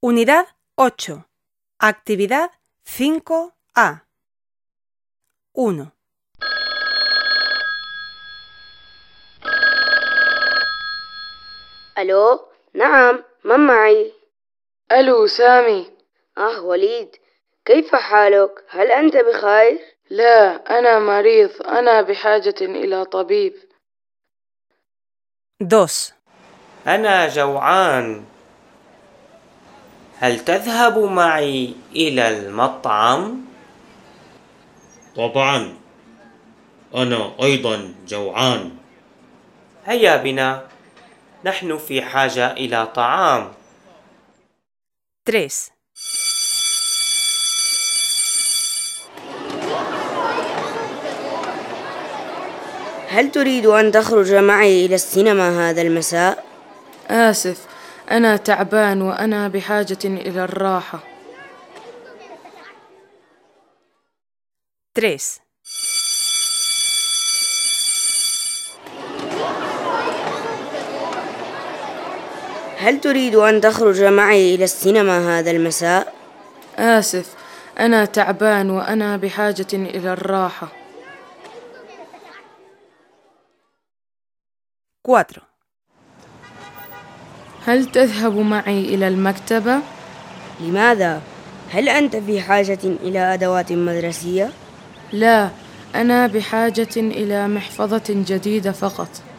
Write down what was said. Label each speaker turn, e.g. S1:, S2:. S1: Unidad 8. Actividad 5A. 1,
S2: ألو نعم من معي
S3: ألو سامي
S2: آه وليد كيف حالك هل أنت بخير
S3: لا أنا مريض أنا بحاجة إلى طبيب
S1: 2,
S4: أنا جوعان هل تذهب معي إلى المطعم؟
S5: طبعا أنا أيضا جوعان
S4: هيا بنا نحن في حاجة إلى طعام
S1: 3,
S2: هل تريد أن تخرج معي إلى السينما هذا المساء
S3: آسف أنا تعبان وأنا بحاجة إلى الراحة
S1: 3,
S2: هل تريد أن تخرج معي إلى السينما هذا المساء
S3: آسف أنا تعبان وأنا بحاجة إلى الراحة
S1: 4,
S3: هل تذهب معي إلى المكتبة؟
S2: لماذا هل أنت في حاجة إلى أدوات مدرسية
S3: لا أنا بحاجة إلى محفظة جديدة فقط